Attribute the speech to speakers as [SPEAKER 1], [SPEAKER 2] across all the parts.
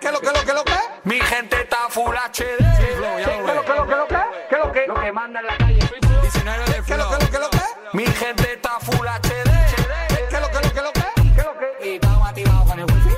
[SPEAKER 1] ¿Qué lo que lo que lo que?
[SPEAKER 2] Mi gente está full HD.
[SPEAKER 3] Lo que manda en la calle.
[SPEAKER 2] 19 de
[SPEAKER 1] ¿Qué lo
[SPEAKER 2] flow.
[SPEAKER 1] que lo que lo que?
[SPEAKER 2] Mi gente está full HD.
[SPEAKER 1] ¿Qué lo que lo que lo que?
[SPEAKER 3] ¿Qué lo que?
[SPEAKER 4] Y estamos activados con el wifi.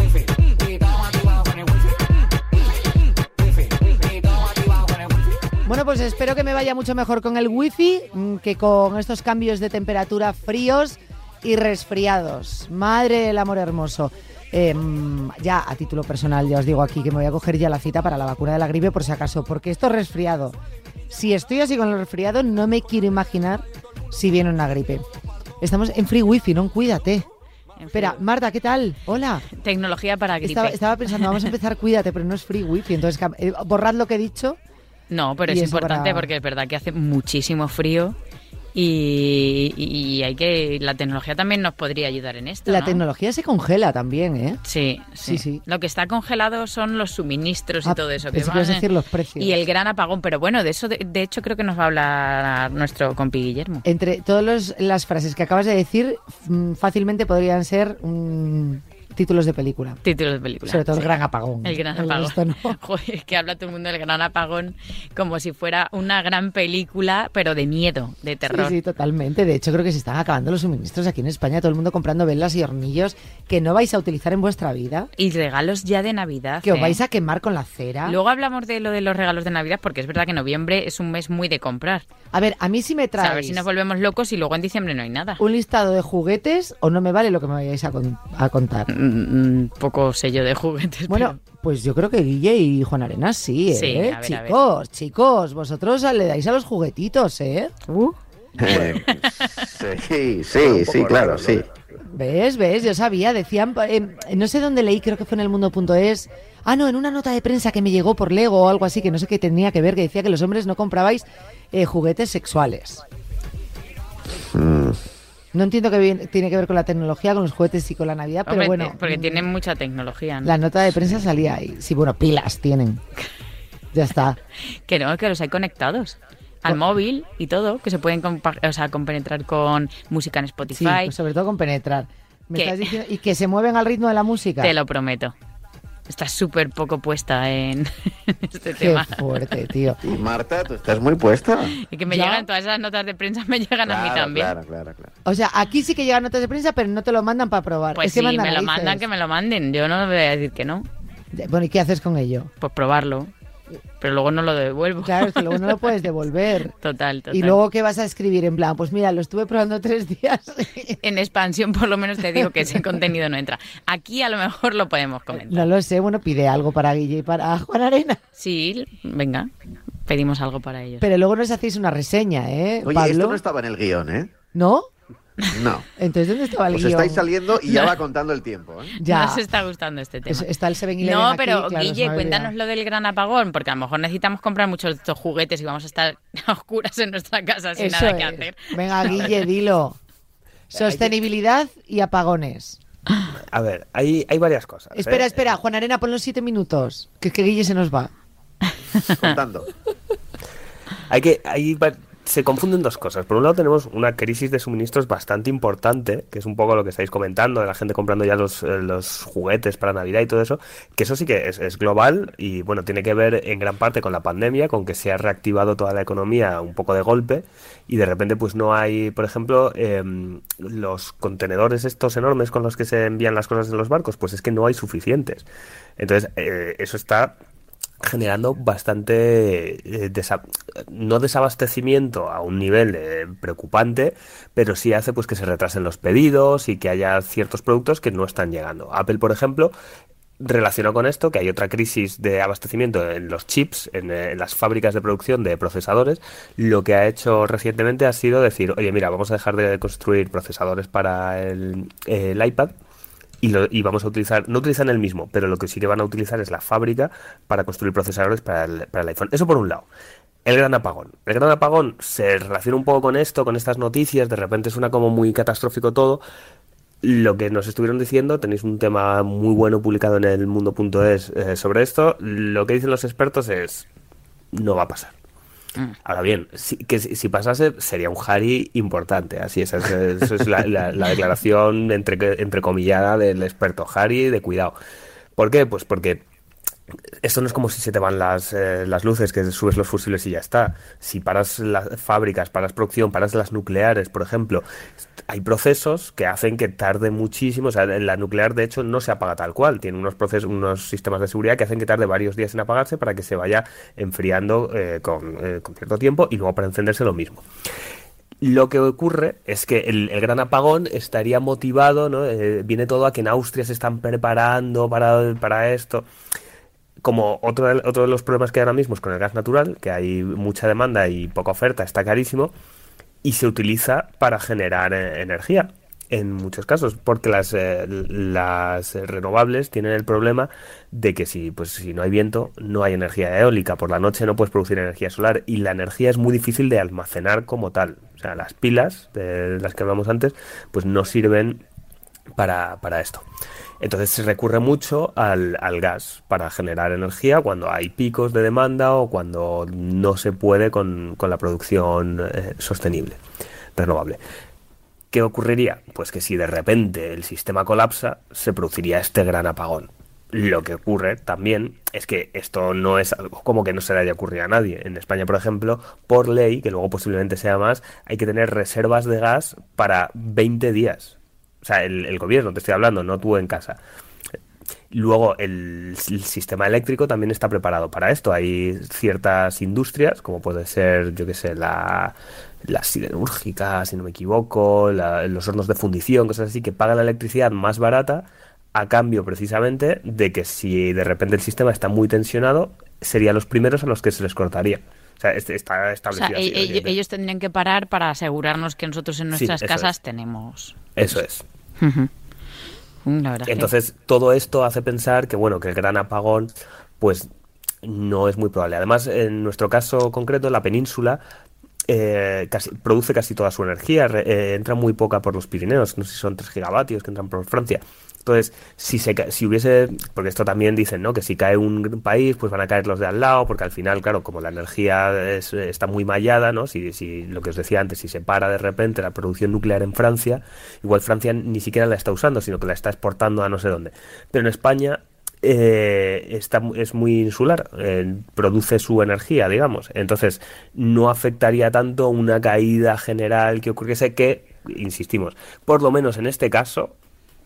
[SPEAKER 4] Wifi, wifi. Y estamos activados con el wifi. Wifi, wifi. Y estamos activados con el wifi.
[SPEAKER 5] Bueno, pues espero que me vaya mucho mejor con el wifi mm, que con estos cambios de temperatura fríos y resfriados. Madre del amor hermoso. Eh, mm, ya a título personal, ya os digo aquí que me voy a coger ya la cita para la vacuna de la gripe por si acaso, porque esto es resfriado. Si estoy así con el resfriado, no me quiero imaginar si viene una gripe. Estamos en free wifi, ¿no? Cuídate.
[SPEAKER 6] En
[SPEAKER 5] Espera,
[SPEAKER 6] fin,
[SPEAKER 5] Marta, ¿qué tal? Hola.
[SPEAKER 6] Tecnología para gripe.
[SPEAKER 5] Estaba, estaba pensando, vamos a empezar cuídate, pero no es free wifi, entonces cam- eh, borrad lo que he dicho.
[SPEAKER 6] No, pero
[SPEAKER 5] Y
[SPEAKER 6] es
[SPEAKER 5] eso
[SPEAKER 6] importante
[SPEAKER 5] para-
[SPEAKER 6] porque es verdad que hace muchísimo frío y, y hay que la tecnología también nos podría ayudar en esto.
[SPEAKER 5] La
[SPEAKER 6] ¿no?
[SPEAKER 5] tecnología se congela también, ¿eh?
[SPEAKER 6] Sí, sí,
[SPEAKER 5] Sí, sí.
[SPEAKER 6] Lo que está congelado son los suministros
[SPEAKER 5] Ah,
[SPEAKER 6] y todo eso.
[SPEAKER 5] pensé que ibas a decir los precios.
[SPEAKER 6] Y el gran apagón, pero bueno, de eso de, de hecho creo que nos va a hablar nuestro compi Guillermo.
[SPEAKER 5] Entre todas las frases que acabas de decir, mm, fácilmente podrían ser mm, títulos de película.
[SPEAKER 6] Título de película.
[SPEAKER 5] Sobre todo el
[SPEAKER 6] Sí.
[SPEAKER 5] gran apagón.
[SPEAKER 6] El gran
[SPEAKER 5] El
[SPEAKER 6] apagón.
[SPEAKER 5] resto no.
[SPEAKER 6] Joder, es que habla todo el mundo del gran apagón como si fuera una gran película, pero de miedo, de terror.
[SPEAKER 5] Sí, sí, totalmente. De hecho, creo que se están acabando los suministros aquí en España. Todo el mundo comprando velas y hornillos que no vais a utilizar en vuestra vida,
[SPEAKER 6] Y regalos ya de Navidad.
[SPEAKER 5] que os
[SPEAKER 6] ¿eh?
[SPEAKER 5] vais a quemar con la cera.
[SPEAKER 6] Luego hablamos de lo de los regalos de Navidad, porque es verdad que noviembre es un mes muy de comprar.
[SPEAKER 5] A ver, a mí sí me
[SPEAKER 6] O sea,
[SPEAKER 5] traes
[SPEAKER 6] a ver si nos volvemos locos y luego en diciembre no hay nada.
[SPEAKER 5] un listado de juguetes o no me vale lo que me vayáis a, con- a contar.
[SPEAKER 6] Mm, mm, poco sello de juguetes.
[SPEAKER 5] Bueno, pues yo creo que Guille y Juan Arenas sí, ¿eh?
[SPEAKER 6] Sí, a ver, a ver.
[SPEAKER 5] chicos, chicos, vosotros le dais a los juguetitos, ¿eh?
[SPEAKER 7] Eh,
[SPEAKER 5] pues,
[SPEAKER 7] sí, sí, sí, claro, sí.
[SPEAKER 5] ¿Ves? ¿Ves? Yo sabía, decían, eh, no sé dónde leí, creo que fue en elmundo.es. Ah, no, en una nota de prensa que me llegó por Lego o algo así, que no sé qué tenía que ver, que decía que los hombres no comprabais eh, juguetes sexuales. No entiendo qué bien- tiene que ver con la tecnología, con los juguetes y con la Navidad,
[SPEAKER 6] Hombre,
[SPEAKER 5] pero bueno.
[SPEAKER 6] te- porque tienen mucha tecnología, ¿no?
[SPEAKER 5] La nota de prensa salía ahí. Sí, bueno, pilas tienen. Ya está.
[SPEAKER 6] Que no, que los hay conectados. Al móvil y todo, que se pueden compa- o sea, compenetrar con música en
[SPEAKER 5] Sí, pues
[SPEAKER 6] Spotify.
[SPEAKER 5] sobre todo con penetrar. Me
[SPEAKER 6] ¿Qué?
[SPEAKER 5] estás diciendo- y que se mueven al ritmo de la música.
[SPEAKER 6] Te lo prometo. Está súper poco puesta en
[SPEAKER 5] Qué
[SPEAKER 6] este tema.
[SPEAKER 5] fuerte, tío.
[SPEAKER 7] Y Marta, tú estás muy puesta.
[SPEAKER 6] Y que me
[SPEAKER 5] Ya.
[SPEAKER 6] llegan todas esas notas de prensa, me llegan a mí
[SPEAKER 7] Claro,
[SPEAKER 6] también.
[SPEAKER 7] Claro, claro, claro.
[SPEAKER 5] O sea, aquí sí que llegan notas de prensa, pero no te lo mandan para probar.
[SPEAKER 6] Pues
[SPEAKER 5] Es que
[SPEAKER 6] sí, me
[SPEAKER 5] mandan
[SPEAKER 6] lo
[SPEAKER 5] narices.
[SPEAKER 6] mandan, que me lo manden. Yo no voy a decir que no.
[SPEAKER 5] Bueno, ¿y qué haces con ello?
[SPEAKER 6] Pues probarlo. Pero luego no lo devuelvo.
[SPEAKER 5] Claro, es que luego no lo puedes devolver.
[SPEAKER 6] Total, total.
[SPEAKER 5] Y luego, ¿qué vas a escribir? En plan, pues mira, lo estuve probando tres días.
[SPEAKER 6] En expansión, por lo menos te digo que ese contenido no entra. Aquí a lo mejor lo podemos comentar.
[SPEAKER 5] no lo sé, bueno, pide algo para Guille y para Juan Arena.
[SPEAKER 6] Sí, venga, pedimos algo para ellos.
[SPEAKER 5] Pero luego nos hacéis una reseña, ¿eh,
[SPEAKER 7] Oye,
[SPEAKER 5] Pablo?
[SPEAKER 7] esto no estaba en el guión, ¿eh?
[SPEAKER 5] ¿No?
[SPEAKER 7] No.
[SPEAKER 5] Entonces, ¿dónde estaba el
[SPEAKER 7] Os
[SPEAKER 5] guión?
[SPEAKER 7] Pues estáis saliendo y ya va contando el tiempo, ¿eh?
[SPEAKER 5] Ya.
[SPEAKER 6] Nos está gustando este tema.
[SPEAKER 5] Es- está el 7-Eleven
[SPEAKER 6] No,
[SPEAKER 5] aquí,
[SPEAKER 6] pero
[SPEAKER 5] claro, se me
[SPEAKER 6] Guille,
[SPEAKER 5] había
[SPEAKER 6] cuéntanos lo del gran apagón, porque a lo mejor necesitamos comprar muchos de estos juguetes y vamos a estar a oscuras en nuestra casa sin
[SPEAKER 5] Eso
[SPEAKER 6] nada que
[SPEAKER 5] es.
[SPEAKER 6] hacer.
[SPEAKER 5] Venga, Guille, dilo. Sostenibilidad y apagones.
[SPEAKER 8] A ver, hay, hay varias cosas. ¿eh?
[SPEAKER 5] Espera, espera, Juan Arena, pon los siete minutos. Que es que Guille se nos va.
[SPEAKER 7] Contando.
[SPEAKER 8] Hay que, hay va- se confunden dos cosas. Por un lado tenemos una crisis de suministros bastante importante, que es un poco lo que estáis comentando, de la gente comprando ya los, eh, los juguetes para Navidad y todo eso, que eso sí que es, es global y bueno, tiene que ver en gran parte con la pandemia, con que se ha reactivado toda la economía un poco de golpe y de repente pues no hay, por ejemplo, em, los contenedores estos enormes con los que se envían las cosas en los barcos, pues es que no hay suficientes. Entonces, eh, eso está generando bastante eh, desa- no desabastecimiento a un nivel eh, preocupante, pero sí hace pues que se retrasen los pedidos y que haya ciertos productos que no están llegando. Apple, por ejemplo, relacionó con esto que hay otra crisis de abastecimiento en los chips, en, eh, en las fábricas de producción de procesadores, lo que ha hecho recientemente ha sido decir, oye, mira, vamos a dejar de construir procesadores para el, el iPad y, lo- y vamos a utilizar, no utilizan el mismo, pero lo que sí que van a utilizar es la fábrica para construir procesadores para el, para el iPhone. Eso por un lado. El gran apagón. El gran apagón se relaciona un poco con esto, con estas noticias, de repente suena como muy catastrófico todo. Lo que nos estuvieron diciendo, tenéis un tema muy bueno publicado en el eh, mundo.es sobre esto, lo que dicen los expertos es, no va a pasar. Ahora bien, si, que si, si pasase sería un Harry importante, así es, esa es, esa es la, la- la declaración entre, entrecomillada del experto Harry de cuidado. ¿Por qué? Pues porque esto no es como si se te van las, eh, las luces, que subes los fusiles y ya está. Si paras las fábricas, paras producción, paras las nucleares, por ejemplo, hay procesos que hacen que tarde muchísimo. O sea, en la nuclear, de hecho, no se apaga tal cual. Tiene unos procesos, unos sistemas de seguridad que hacen que tarde varios días en apagarse para que se vaya enfriando eh, con, eh, con cierto tiempo y luego para encenderse lo mismo. Lo que ocurre es que el, el gran apagón estaría motivado, ¿no? Eh, viene todo a que en Austria se están preparando para, para esto como otro de, otro de los problemas que hay ahora mismo es con el gas natural, que hay mucha demanda y poca oferta, está carísimo, y se utiliza para generar eh, energía en muchos casos, porque las, eh, las eh, renovables tienen el problema de que si, pues, si no hay viento, no hay energía eólica, por la noche no puedes producir energía solar y la energía es muy difícil de almacenar como tal. O sea, las pilas de las que hablamos antes, pues no sirven para, para esto. Entonces se recurre mucho al, al gas para generar energía cuando hay picos de demanda o cuando no se puede con, con la producción eh, sostenible, renovable. ¿Qué ocurriría? Pues que si de repente el sistema colapsa, se produciría este gran apagón. Lo que ocurre también es que esto no es algo como que no se le haya ocurrido a nadie. En España, por ejemplo, por ley, que luego posiblemente sea más, hay que tener reservas de gas para 20 días. O sea, el, el gobierno, te estoy hablando, no tú en casa. Luego, el, el sistema eléctrico también está preparado para esto. Hay ciertas industrias, como puede ser, yo qué sé, la, la siderúrgica, si no me equivoco, la- los hornos de fundición, cosas así, que pagan la electricidad más barata a cambio precisamente de que si de repente el sistema está muy tensionado, serían los primeros a los que se les cortaría. O sea, este- está
[SPEAKER 6] O sea,
[SPEAKER 8] establecido así,
[SPEAKER 6] e- ello-
[SPEAKER 8] evidentemente.
[SPEAKER 6] ellos tendrían que parar para asegurarnos que nosotros en nuestras
[SPEAKER 8] eso
[SPEAKER 6] casas
[SPEAKER 8] es.
[SPEAKER 6] tenemos.
[SPEAKER 8] Eso es.
[SPEAKER 6] Ujú. Mm, La verdad es que-
[SPEAKER 8] Entonces, todo esto hace pensar que, bueno, que el gran apagón, pues no es muy probable. Además, en nuestro caso concreto, la península eh, casi- produce casi toda su energía, re- eh, entra muy poca por los Pirineos, no sé si son 3 gigavatios que entran por Francia. Entonces, si se ca- si hubiese, porque esto también dicen, ¿no? Que si cae un gr- país, pues van a caer los de al lado, porque al final, claro, como la energía es- está muy mallada, ¿no? Si, si lo que os decía antes, si se para de repente la producción nuclear en Francia, igual Francia ni siquiera la está usando, sino que la está exportando a no sé dónde. Pero en España eh, está, mu- es muy insular, eh, produce su energía, digamos. Entonces, no afectaría tanto una caída general que ocurriese que, insistimos, por lo menos en este caso,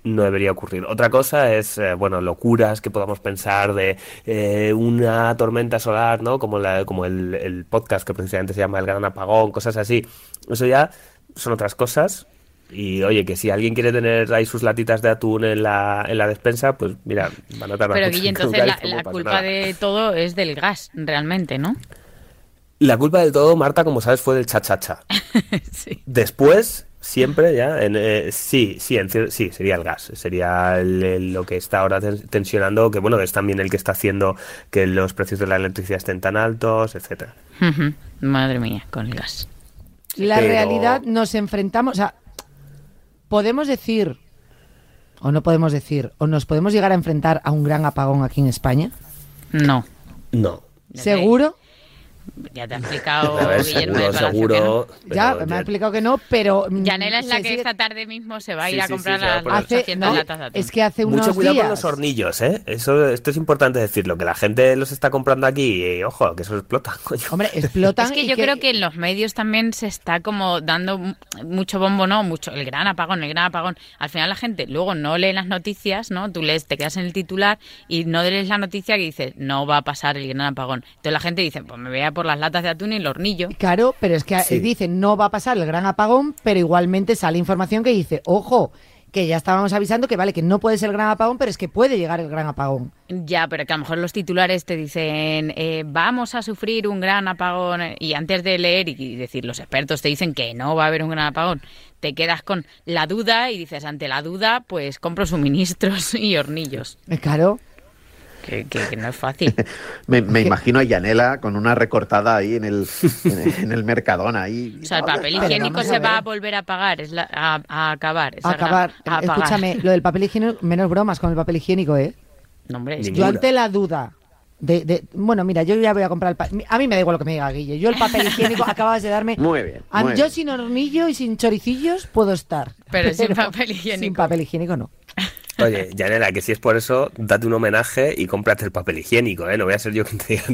[SPEAKER 8] no debería ocurrir. Otra cosa es, eh, bueno, locuras que podamos pensar de eh, una tormenta solar, ¿no? Como, la, como el, el podcast que precisamente se llama El Gran Apagón, cosas así. Eso ya son otras cosas. Y oye, que si alguien quiere tener ahí sus latitas de atún en la, en la despensa, pues mira, van a tardar
[SPEAKER 6] Pero
[SPEAKER 8] mucho
[SPEAKER 6] Guille,
[SPEAKER 8] en
[SPEAKER 6] entonces
[SPEAKER 8] caducar,
[SPEAKER 6] la,
[SPEAKER 8] esto no
[SPEAKER 6] la
[SPEAKER 8] pasa
[SPEAKER 6] culpa
[SPEAKER 8] nada.
[SPEAKER 6] de todo es del gas, realmente, ¿no?
[SPEAKER 8] La culpa del todo, Marta, como sabes, fue del cha-cha-cha.
[SPEAKER 6] sí.
[SPEAKER 8] Después, siempre ya, en, eh, sí, sí, en cier- sí, sería el gas, sería el- el- lo que está ahora ten- tensionando, que bueno, es también el que está haciendo que los precios de la electricidad estén tan altos, etcétera.
[SPEAKER 6] Ujú. Madre mía, con el gas.
[SPEAKER 5] La
[SPEAKER 8] Pero-
[SPEAKER 5] realidad nos enfrentamos, o sea, podemos decir, o no podemos decir, o nos podemos llegar a enfrentar a un gran apagón aquí en España.
[SPEAKER 6] No.
[SPEAKER 8] No.
[SPEAKER 6] Ya te-
[SPEAKER 5] ¿Seguro?
[SPEAKER 6] Ya te ha explicado
[SPEAKER 8] A ver,
[SPEAKER 6] Oh, Guillermo de
[SPEAKER 8] seguro,
[SPEAKER 6] Palacio que no.
[SPEAKER 8] seguro.
[SPEAKER 5] ya,
[SPEAKER 8] pero
[SPEAKER 5] me ha
[SPEAKER 8] ya-
[SPEAKER 5] explicado que no, pero... mm,
[SPEAKER 6] Yanela es la
[SPEAKER 5] se
[SPEAKER 6] que
[SPEAKER 5] sigue-
[SPEAKER 6] esta tarde mismo se va a
[SPEAKER 8] Sí,
[SPEAKER 6] ir a
[SPEAKER 8] sí, sí,
[SPEAKER 6] comprar
[SPEAKER 8] se va a
[SPEAKER 6] las
[SPEAKER 8] poner-
[SPEAKER 5] hace-
[SPEAKER 6] 800
[SPEAKER 5] no,
[SPEAKER 6] latas de atún.
[SPEAKER 5] Es que hace unos
[SPEAKER 8] Mucho cuidado
[SPEAKER 5] días...
[SPEAKER 8] con los hornillos, ¿eh? Eso, esto es importante decirlo, que la gente los está comprando aquí y ojo, que eso explota, coño.
[SPEAKER 5] Hombre, explotan
[SPEAKER 6] Es que
[SPEAKER 5] y
[SPEAKER 6] yo creo que en los medios también se está como dando mu- mucho bombo, ¿no? Mucho, el gran apagón, el gran apagón. Al final la gente luego no lee las noticias, ¿no? Tú lees, te quedas en el titular y no lees la noticia que dice, no va a pasar el gran apagón. Entonces la gente dice, pues me voy a por las latas de atún y el hornillo.
[SPEAKER 5] Claro, pero es que
[SPEAKER 8] Sí.
[SPEAKER 5] dicen no va a pasar el gran apagón, pero igualmente sale información que dice, ojo, que ya estábamos avisando que vale, que no puede ser el gran apagón, pero es que puede llegar el gran apagón.
[SPEAKER 6] Ya, pero que a lo mejor los titulares te dicen, eh, vamos a sufrir un gran apagón. eh, Y antes de leer y- y decir, los expertos te dicen que no va a haber un gran apagón. Te quedas con la duda y dices, ante la duda, pues compro suministros y hornillos.
[SPEAKER 5] Eh, Claro.
[SPEAKER 6] Que, que- que no es fácil.
[SPEAKER 7] Me, me imagino a Yanela con una recortada ahí en el, en, el- en el Mercadona. Ahí.
[SPEAKER 6] O sea, el papel
[SPEAKER 5] Pero
[SPEAKER 6] higiénico
[SPEAKER 5] vamos a
[SPEAKER 6] se va
[SPEAKER 5] ver.
[SPEAKER 6] a volver a pagar, es la- a, a acabar. es la gran-
[SPEAKER 5] acabar.
[SPEAKER 6] a apagar.
[SPEAKER 5] Escúchame, lo del papel higiénico, menos bromas con el papel higiénico, ¿eh?
[SPEAKER 6] No, hombre, es-
[SPEAKER 8] Ningún-
[SPEAKER 5] Yo
[SPEAKER 8] Ninguna.
[SPEAKER 5] ante la duda De, de- bueno, mira, yo ya voy a comprar el papel. A mí me da igual lo que me diga Guille. Yo el papel higiénico acabas de darme.
[SPEAKER 7] Muy bien,
[SPEAKER 5] A-
[SPEAKER 7] muy
[SPEAKER 5] Ah, yo
[SPEAKER 7] bien.
[SPEAKER 5] sin hornillo y sin choricillos puedo estar.
[SPEAKER 6] Pero sin papel
[SPEAKER 5] Sin
[SPEAKER 6] higiénico.
[SPEAKER 5] papel higiénico no.
[SPEAKER 8] Oye, Yanela, que si es por eso, date un homenaje y cómprate el papel higiénico, ¿eh? No voy a ser yo quien te diga a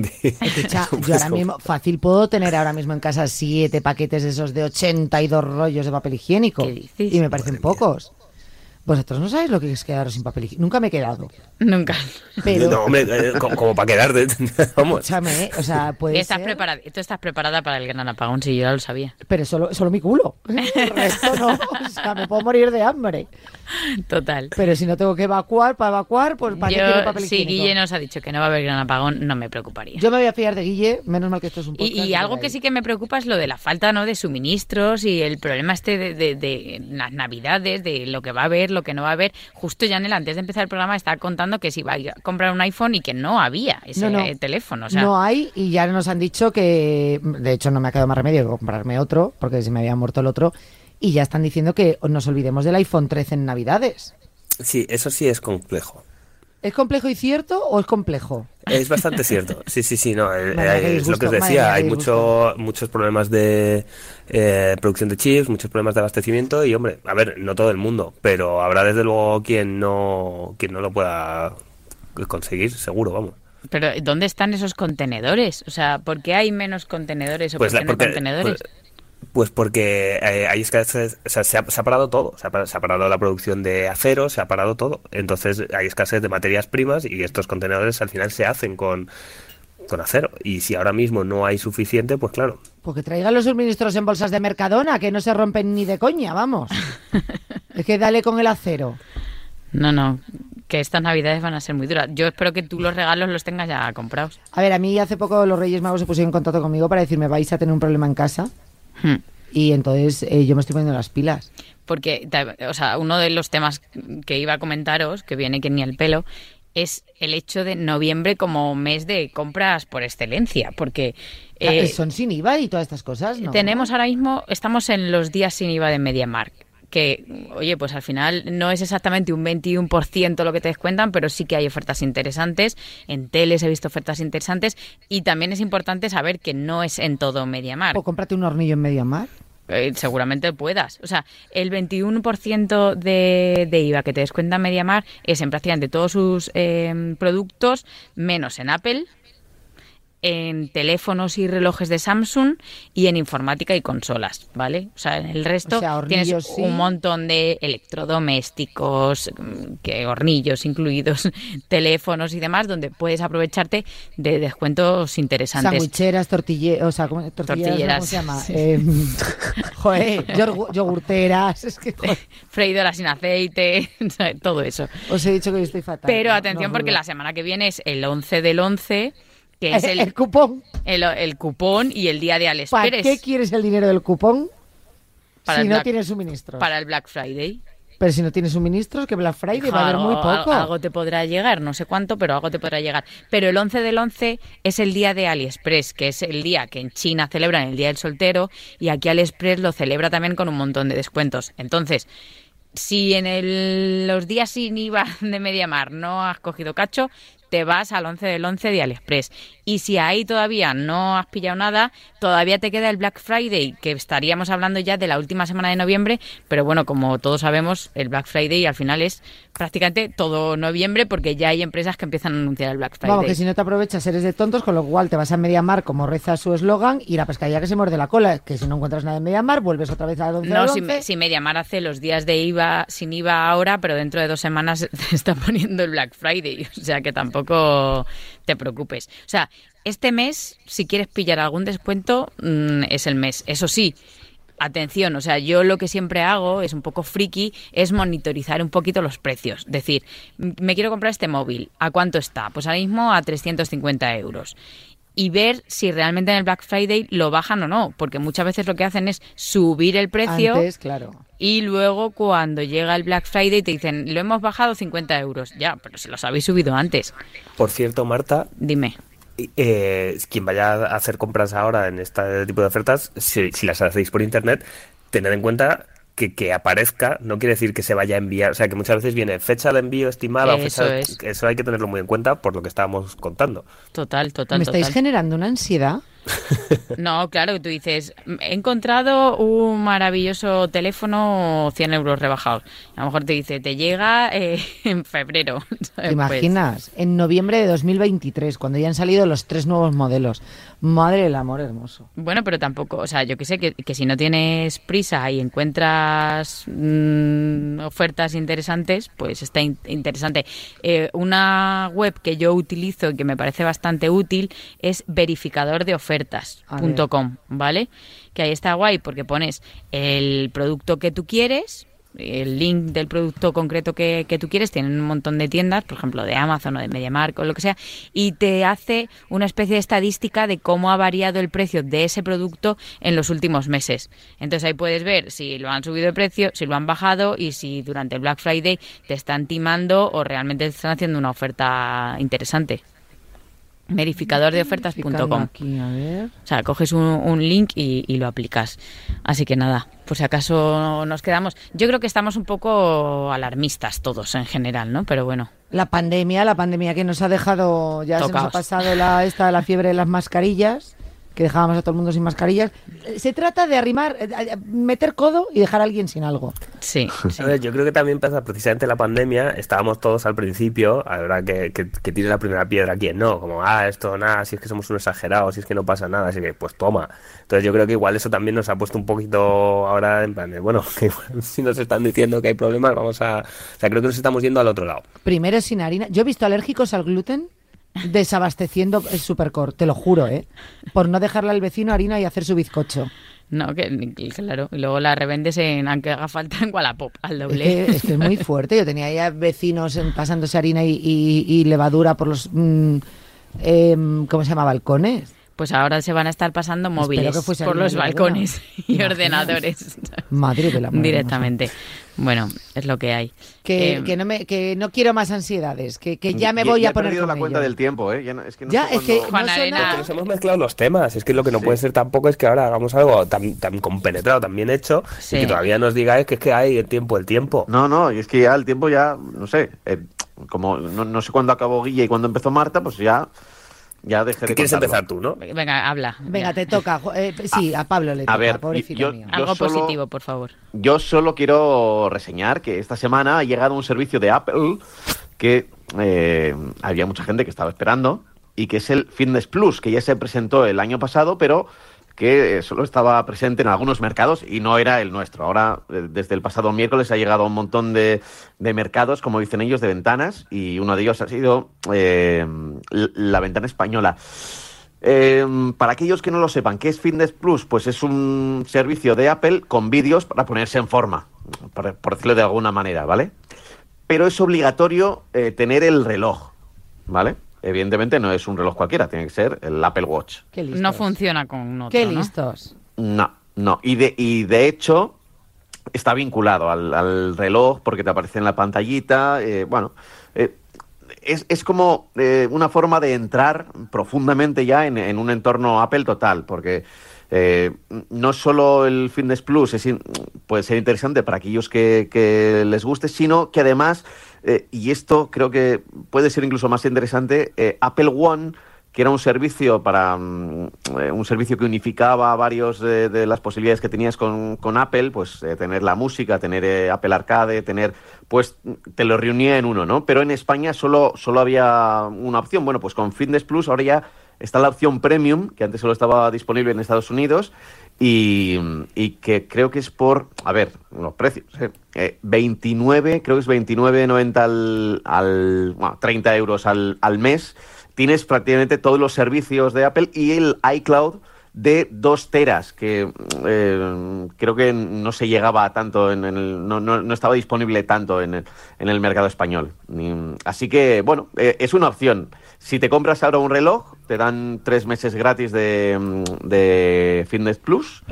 [SPEAKER 8] ti.
[SPEAKER 5] O sea, yo
[SPEAKER 6] Pues,
[SPEAKER 5] ahora
[SPEAKER 6] oh.
[SPEAKER 5] mismo, fácil, puedo tener ahora mismo en casa siete paquetes de esos de 82 rollos de papel higiénico.
[SPEAKER 6] ¿Qué dices?
[SPEAKER 5] Y me parecen pocos. Vosotros no sabéis lo que es quedaros sin papel higiénico. Nunca me he quedado.
[SPEAKER 6] Nunca.
[SPEAKER 5] Pero,
[SPEAKER 8] No, hombre, eh, como, como para quedarte. Vamos.
[SPEAKER 5] escúchame, ¿eh? o sea, puede
[SPEAKER 6] Estás
[SPEAKER 5] ser,
[SPEAKER 6] preparada, tú estás preparada para el gran apagón, si yo ya lo sabía.
[SPEAKER 5] Pero solo, solo mi culo. El resto no. O sea, me puedo morir de hambre.
[SPEAKER 6] Total.
[SPEAKER 5] Pero si no tengo que evacuar, para evacuar, pues para qué quiero
[SPEAKER 6] Yo,
[SPEAKER 5] papel
[SPEAKER 6] si
[SPEAKER 5] higiénico?
[SPEAKER 6] Guille nos ha dicho que no va a haber gran apagón, no me preocuparía.
[SPEAKER 5] Yo me voy a fiar de Guille, menos mal que esto es un podcast.
[SPEAKER 6] Y, y algo que sí que me preocupa es lo de la falta ¿no? de suministros y el problema este de, de- de las navidades, de lo que va a haber, lo que no va a haber. Justo Janel, antes de empezar el programa, estaba contando que se iba a ir a comprar un iPhone y que no había ese
[SPEAKER 5] No, no.
[SPEAKER 6] eh, teléfono. O sea,
[SPEAKER 5] No hay, y ya nos han dicho que, de hecho, no me ha quedado más remedio que comprarme otro, porque se me había muerto el otro. Y ya están diciendo que nos olvidemos del iPhone 13 en Navidades.
[SPEAKER 8] Sí, eso sí es complejo.
[SPEAKER 5] ¿Es complejo y cierto o es complejo?
[SPEAKER 8] Es bastante cierto. Sí, sí, sí, no. eh,
[SPEAKER 5] Madre mía, qué
[SPEAKER 8] eh, es lo
[SPEAKER 5] disgusto,
[SPEAKER 8] que os
[SPEAKER 5] madre
[SPEAKER 8] decía.
[SPEAKER 5] mía,
[SPEAKER 8] Hay
[SPEAKER 5] qué
[SPEAKER 8] mucho, muchos problemas de eh, producción de chips, muchos problemas de abastecimiento y, hombre, a ver, no todo el mundo, pero habrá desde luego quien no, quien no lo pueda conseguir, seguro, vamos.
[SPEAKER 6] Pero ¿dónde están esos contenedores? O sea, ¿por qué hay menos contenedores o
[SPEAKER 8] Pues
[SPEAKER 6] por
[SPEAKER 8] la-
[SPEAKER 6] qué no hay
[SPEAKER 8] porque-
[SPEAKER 6] contenedores?
[SPEAKER 8] Pues, pues porque eh, hay escasez, o sea, se ha, se ha parado todo, se ha, pa- se ha parado la producción de acero, se ha parado todo, entonces hay escasez de materias primas y estos contenedores al final se hacen con, con acero y si ahora mismo no hay suficiente, pues claro,
[SPEAKER 5] Porque traigan los suministros en bolsas de Mercadona, que no se rompen ni de coña, vamos. es que dale con el acero.
[SPEAKER 6] No, no, que estas navidades van a ser muy duras. Yo espero que tú los regalos los tengas ya comprados.
[SPEAKER 5] A ver, a mí hace poco los Reyes Magos se pusieron en contacto conmigo para decirme, vais a tener un problema en casa.
[SPEAKER 6] Hmm.
[SPEAKER 5] Y entonces eh, yo me estoy poniendo las pilas.
[SPEAKER 6] Porque, ta- o sea, uno de los temas que iba a comentaros, que viene que ni al pelo, es el hecho de noviembre como mes de compras por excelencia, porque eh,
[SPEAKER 5] Ah, Son sin IVA y todas estas cosas, ¿no?
[SPEAKER 6] tenemos ahora mismo, estamos en los días sin IVA de MediaMark, que, oye, pues al final no es exactamente un 21% lo que te descuentan, pero sí que hay ofertas interesantes, en teles he visto ofertas interesantes, y también es importante saber que no es en todo MediaMark.
[SPEAKER 5] O cómprate un hornillo en Mediamar.
[SPEAKER 6] Eh, seguramente puedas. O sea, el 21% de, de IVA que te descuenta Mediamar es en prácticamente todos sus eh, productos, menos en Apple, en teléfonos y relojes de Samsung y en informática y consolas, ¿vale? O sea, en el resto
[SPEAKER 5] O sea, hornillos
[SPEAKER 6] tienes
[SPEAKER 5] sí.
[SPEAKER 6] un montón de electrodomésticos, mm, que hornillos incluidos, teléfonos y demás, donde puedes aprovecharte de descuentos interesantes.
[SPEAKER 5] Sandwicheras, tortilleras, o sea, ¿cómo, tortilleras,
[SPEAKER 6] Tortilleras,
[SPEAKER 5] ¿cómo se llama?
[SPEAKER 6] sí.
[SPEAKER 5] Eh, joder, yorgu- yogurteras, es que joder,
[SPEAKER 6] Freidoras sin aceite, ¿sabes? todo eso.
[SPEAKER 5] os he dicho que yo estoy fatal.
[SPEAKER 6] Pero
[SPEAKER 5] No,
[SPEAKER 6] atención
[SPEAKER 5] no,
[SPEAKER 6] porque
[SPEAKER 5] no. Eh,
[SPEAKER 6] la semana que viene es el 11 del 11, que es
[SPEAKER 5] el,
[SPEAKER 6] el,
[SPEAKER 5] cupón.
[SPEAKER 6] el, el cupón y el día de Alex
[SPEAKER 5] ¿Para
[SPEAKER 6] Pérez
[SPEAKER 5] qué quieres el dinero del cupón
[SPEAKER 6] Para
[SPEAKER 5] si
[SPEAKER 6] el
[SPEAKER 5] no
[SPEAKER 6] Black-
[SPEAKER 5] tienes suministros?
[SPEAKER 6] para el Black Friday.
[SPEAKER 5] Pero si no tienes suministros, que Black Friday va a haber
[SPEAKER 6] Algo-
[SPEAKER 5] muy
[SPEAKER 6] al-
[SPEAKER 5] poco.
[SPEAKER 6] Algo te podrá llegar, no sé cuánto, pero algo te podrá llegar. Pero el 11 del 11 es el día de AliExpress, que es el día que en China celebran el Día del Soltero y aquí AliExpress lo celebra también con un montón de descuentos. Entonces, si en el- los días sin IVA de Mediamar no has cogido cacho, te vas al 11 del 11 de AliExpress. Y si ahí todavía no has pillado nada, todavía te queda el Black Friday, que estaríamos hablando ya de la última semana de noviembre, pero bueno, como todos sabemos, el Black Friday al final es prácticamente todo noviembre porque ya hay empresas que empiezan a anunciar el Black Friday.
[SPEAKER 5] Vamos, que si no te aprovechas eres de tontos, con lo cual te vas a Mediamar, como reza su eslogan, y la pescadilla que se muerde la cola, que si no encuentras nada en Mediamar, vuelves otra vez a donde
[SPEAKER 6] No, si, me- si Mediamar hace los días de IVA sin IVA ahora, pero dentro de dos semanas te está poniendo el Black Friday. O sea que tampoco te preocupes. O sea, este mes, si quieres pillar algún descuento, mm, es el mes. Eso sí. Atención, o sea, yo lo que siempre hago es un poco friki, es monitorizar un poquito los precios. Decir, m- me quiero comprar este móvil, ¿a cuánto está? Pues ahora mismo a 350 euros y ver si realmente en el Black Friday lo bajan o no, porque muchas veces lo que hacen es subir el precio
[SPEAKER 5] Antes, claro.
[SPEAKER 6] y luego cuando llega el Black Friday te dicen, lo hemos bajado 50 euros, ya, pero si los habéis subido antes,
[SPEAKER 8] por cierto, Marta,
[SPEAKER 6] dime.
[SPEAKER 8] eh, quien vaya a hacer compras ahora en este tipo de ofertas, si, si las hacéis por internet, tened en cuenta que, que aparezca no quiere decir que se vaya a enviar. O sea, que muchas veces viene fecha de envío estimada o
[SPEAKER 6] Eso
[SPEAKER 8] fecha de-
[SPEAKER 6] es.
[SPEAKER 8] Eso hay que tenerlo muy en cuenta por lo que estábamos contando.
[SPEAKER 6] Total, total,
[SPEAKER 5] ¿Me estáis
[SPEAKER 6] total.
[SPEAKER 5] generando una ansiedad?
[SPEAKER 6] No, claro, tú dices, he encontrado un maravilloso teléfono 100 euros rebajados. A lo mejor te dice, te llega eh, en febrero.
[SPEAKER 5] ¿Te
[SPEAKER 6] ¿sabes? Pues,
[SPEAKER 5] imaginas? En noviembre de 2023, cuando ya han salido los tres nuevos modelos. Madre del amor hermoso.
[SPEAKER 6] bueno, pero tampoco, o sea, yo que sé, que, que si no tienes prisa y encuentras mm, ofertas interesantes, pues está in- interesante. Eh, una web que yo utilizo y que me parece bastante útil es
[SPEAKER 5] A ver.
[SPEAKER 6] verificadordeofertas.com. com, ¿vale? Que ahí está guay porque pones el producto que tú quieres, el link del producto concreto que, que tú quieres, tienen un montón de tiendas, por ejemplo, de Amazon o de MediaMarkt o lo que sea, y te hace una especie de estadística de cómo ha variado el precio de ese producto en los últimos meses. Entonces ahí puedes ver si lo han subido de precio, si lo han bajado y si durante el Black Friday te están timando o realmente te están haciendo una oferta interesante.
[SPEAKER 5] Picando
[SPEAKER 6] Verificadordeofertas.com
[SPEAKER 5] aquí, a ver.
[SPEAKER 6] o sea, coges un, un link y, y lo aplicas. Así que nada, por si acaso nos quedamos. Yo creo que estamos un poco alarmistas todos en general, ¿no? Pero bueno,
[SPEAKER 5] La pandemia, la pandemia que nos ha dejado, ya se nos ha
[SPEAKER 6] Tocaos.
[SPEAKER 5] pasado la, esta, la fiebre de las mascarillas, que dejábamos a todo el mundo sin mascarillas. Eh, Se trata de arrimar, eh, eh, meter codo y dejar a alguien sin algo.
[SPEAKER 6] sí. sí.
[SPEAKER 8] A ver, yo creo que también pasa precisamente la pandemia. Estábamos todos al principio, ahora que, que, que tire la primera piedra quien no, como, ah, esto nada, si es que somos unos exagerados, si es que no pasa nada, así que pues toma. Entonces yo creo que igual eso también nos ha puesto un poquito ahora en plan de, bueno, que igual si nos están diciendo que hay problemas, vamos a. O sea, creo que nos estamos yendo al otro lado.
[SPEAKER 5] Primero sin harina. Yo he visto alérgicos al gluten desabasteciendo el supercore, te lo juro, ¿eh? Por no dejarle al vecino harina y hacer su bizcocho.
[SPEAKER 6] No, que, que claro. Y luego la revendes en, aunque haga falta, en Wallapop, al
[SPEAKER 5] Es
[SPEAKER 6] doble.
[SPEAKER 5] que, es que es muy fuerte. Yo tenía ya vecinos en- pasándose harina y, y- y levadura por los. mm, em, ¿Cómo se llama? Balcones.
[SPEAKER 6] Pues ahora se van a estar pasando móviles
[SPEAKER 5] que fuese
[SPEAKER 6] por los
[SPEAKER 5] alguna
[SPEAKER 6] balcones
[SPEAKER 5] levadura.
[SPEAKER 6] y
[SPEAKER 5] ¿Te imaginas?
[SPEAKER 6] ordenadores
[SPEAKER 5] Madre de la madre.
[SPEAKER 6] directamente. Bueno, es lo que hay.
[SPEAKER 5] Que,
[SPEAKER 6] Eh,
[SPEAKER 5] que no me, que no quiero más ansiedades, que, que ya me
[SPEAKER 7] Ya-
[SPEAKER 5] voy
[SPEAKER 7] ya
[SPEAKER 5] a
[SPEAKER 7] He
[SPEAKER 5] poner
[SPEAKER 7] perdido
[SPEAKER 5] con
[SPEAKER 7] la cuenta
[SPEAKER 5] ello.
[SPEAKER 7] del tiempo, ¿eh? Ya no- es que no
[SPEAKER 5] Ya,
[SPEAKER 7] sé
[SPEAKER 5] es que
[SPEAKER 7] cuándo-
[SPEAKER 6] Juan
[SPEAKER 5] no son-
[SPEAKER 6] Arena.
[SPEAKER 8] Porque nos hemos mezclado los temas. Es que lo que no puede ser tampoco es que ahora hagamos algo tan, tan compenetrado, tan bien hecho,
[SPEAKER 6] Sí.
[SPEAKER 8] y que todavía nos digáis que es que hay el tiempo, el tiempo.
[SPEAKER 7] No, no, y es que ya el tiempo ya, no sé, eh, como no, no sé cuándo acabó Guille y cuándo empezó Marta, pues ya, ya dejé
[SPEAKER 8] ¿Qué
[SPEAKER 7] de
[SPEAKER 8] quieres
[SPEAKER 7] contarlo.
[SPEAKER 8] empezar tú, no?
[SPEAKER 6] Venga, habla.
[SPEAKER 5] Venga, te toca. jo- eh, sí, a Pablo le toca,
[SPEAKER 7] Ah. ver,
[SPEAKER 5] pobrecito
[SPEAKER 7] yo-
[SPEAKER 5] mío.
[SPEAKER 7] yo-
[SPEAKER 6] Algo
[SPEAKER 7] solo-
[SPEAKER 6] positivo, por favor.
[SPEAKER 7] Yo solo quiero reseñar que esta semana ha llegado un servicio de Apple que eh, había mucha gente que estaba esperando y que es el Fitness Plus, que ya se presentó el año pasado, pero que eh, solo estaba presente en algunos mercados y no era el nuestro. Ahora, eh, desde el pasado miércoles, ha llegado a un montón de, de mercados, como dicen ellos, de ventanas, y uno de ellos ha sido eh, la ventana española. Eh, para aquellos que no lo sepan, ¿qué es Fitness Plus? Pues es un servicio de Apple con vídeos para ponerse en forma, por, por decirlo de alguna manera, ¿vale? Pero es obligatorio eh, tener el reloj, ¿vale? Evidentemente no es un reloj cualquiera, tiene que ser el Apple Watch.
[SPEAKER 5] Qué listos.
[SPEAKER 6] No funciona con otro,
[SPEAKER 5] Qué
[SPEAKER 6] ¿no?
[SPEAKER 5] listos.
[SPEAKER 7] No, no. Y de, y de hecho está vinculado al, al reloj porque te aparece en la pantallita. eh, bueno, eh, es, es como eh, una forma de entrar profundamente ya en, en un entorno Apple total, porque eh, no solo el Fitness Plus es in- puede ser interesante para aquellos que, que les guste, sino que además, eh, y esto creo que puede ser incluso más interesante, eh, Apple One que era un servicio para mm, eh, un servicio que unificaba varios de, de las posibilidades que tenías con, con Apple, pues eh, tener la música, tener eh, Apple Arcade, tener pues te lo reunía en uno, ¿no? Pero en España solo solo había una opción. Bueno, pues con Fitness Plus ahora ya está la opción Premium, que antes solo estaba disponible en Estados Unidos y, y que creo que es por, a ver, los precios, eh, eh, 29, creo que es 29,90 al, al bueno, 30 euros al, al mes tienes prácticamente todos los servicios de Apple y el iCloud de 2 teras, que eh, creo que no se llegaba a tanto, en el, no, no- no estaba disponible tanto en el, en el mercado español. Ni- Así que, bueno, eh, es una opción. Si te compras ahora un reloj, te dan tres meses gratis de, mm, de Fitness Plus.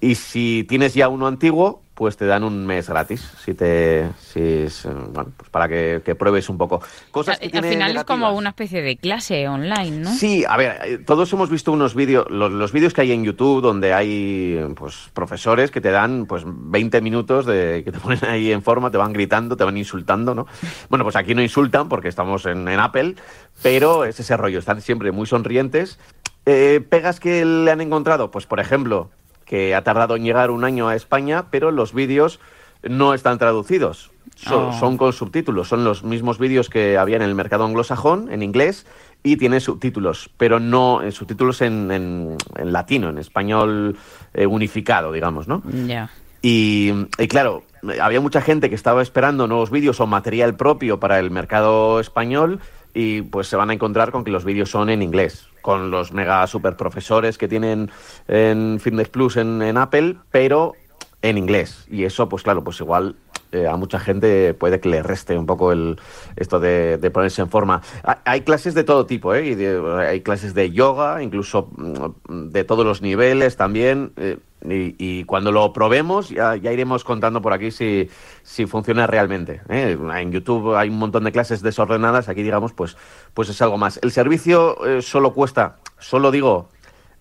[SPEAKER 7] Y si tienes ya uno antiguo, pues te dan un mes gratis si te si es, eh, bueno, pues para que, que pruebes un poco cosas
[SPEAKER 6] Al,
[SPEAKER 7] que
[SPEAKER 6] eh, al
[SPEAKER 7] tiene
[SPEAKER 6] final es como
[SPEAKER 7] negativas.
[SPEAKER 6] una especie de clase online, ¿no?
[SPEAKER 7] Sí, a ver, eh, todos hemos visto unos vídeos, los, los vídeos que hay en YouTube donde hay eh, pues profesores que te dan pues 20 minutos de que te ponen ahí en forma, te van gritando, te van insultando, ¿no? Bueno, pues aquí no insultan porque estamos en, en Apple, pero es ese rollo, están siempre muy sonrientes. Eh, pegas que le han encontrado, pues por ejemplo, que ha tardado en llegar un año a España, pero los vídeos no están traducidos. Son,
[SPEAKER 6] Oh.
[SPEAKER 7] son con subtítulos, son los mismos vídeos que había en el mercado anglosajón, en inglés, y tiene subtítulos, pero no eh, subtítulos en, en- en latino, en español eh, unificado, digamos, ¿no?
[SPEAKER 6] Ya.
[SPEAKER 7] Y, y claro, había mucha gente que estaba esperando nuevos vídeos o material propio para el mercado español y pues se van a encontrar con que los vídeos son en inglés, con los mega super profesores que tienen en Fitness Plus en, en Apple, pero en inglés. Y eso, pues claro, pues igual eh, a mucha gente puede que le reste un poco el esto de, de ponerse en forma. Ha- Hay clases de todo tipo, ¿eh? Y de- hay clases de yoga, incluso mm, de todos los niveles también. eh, y, y cuando lo probemos ya, ya iremos contando por aquí si, si funciona realmente. ¿eh? En YouTube hay un montón de clases desordenadas, aquí digamos pues, pues es algo más. El servicio eh, solo cuesta, solo digo,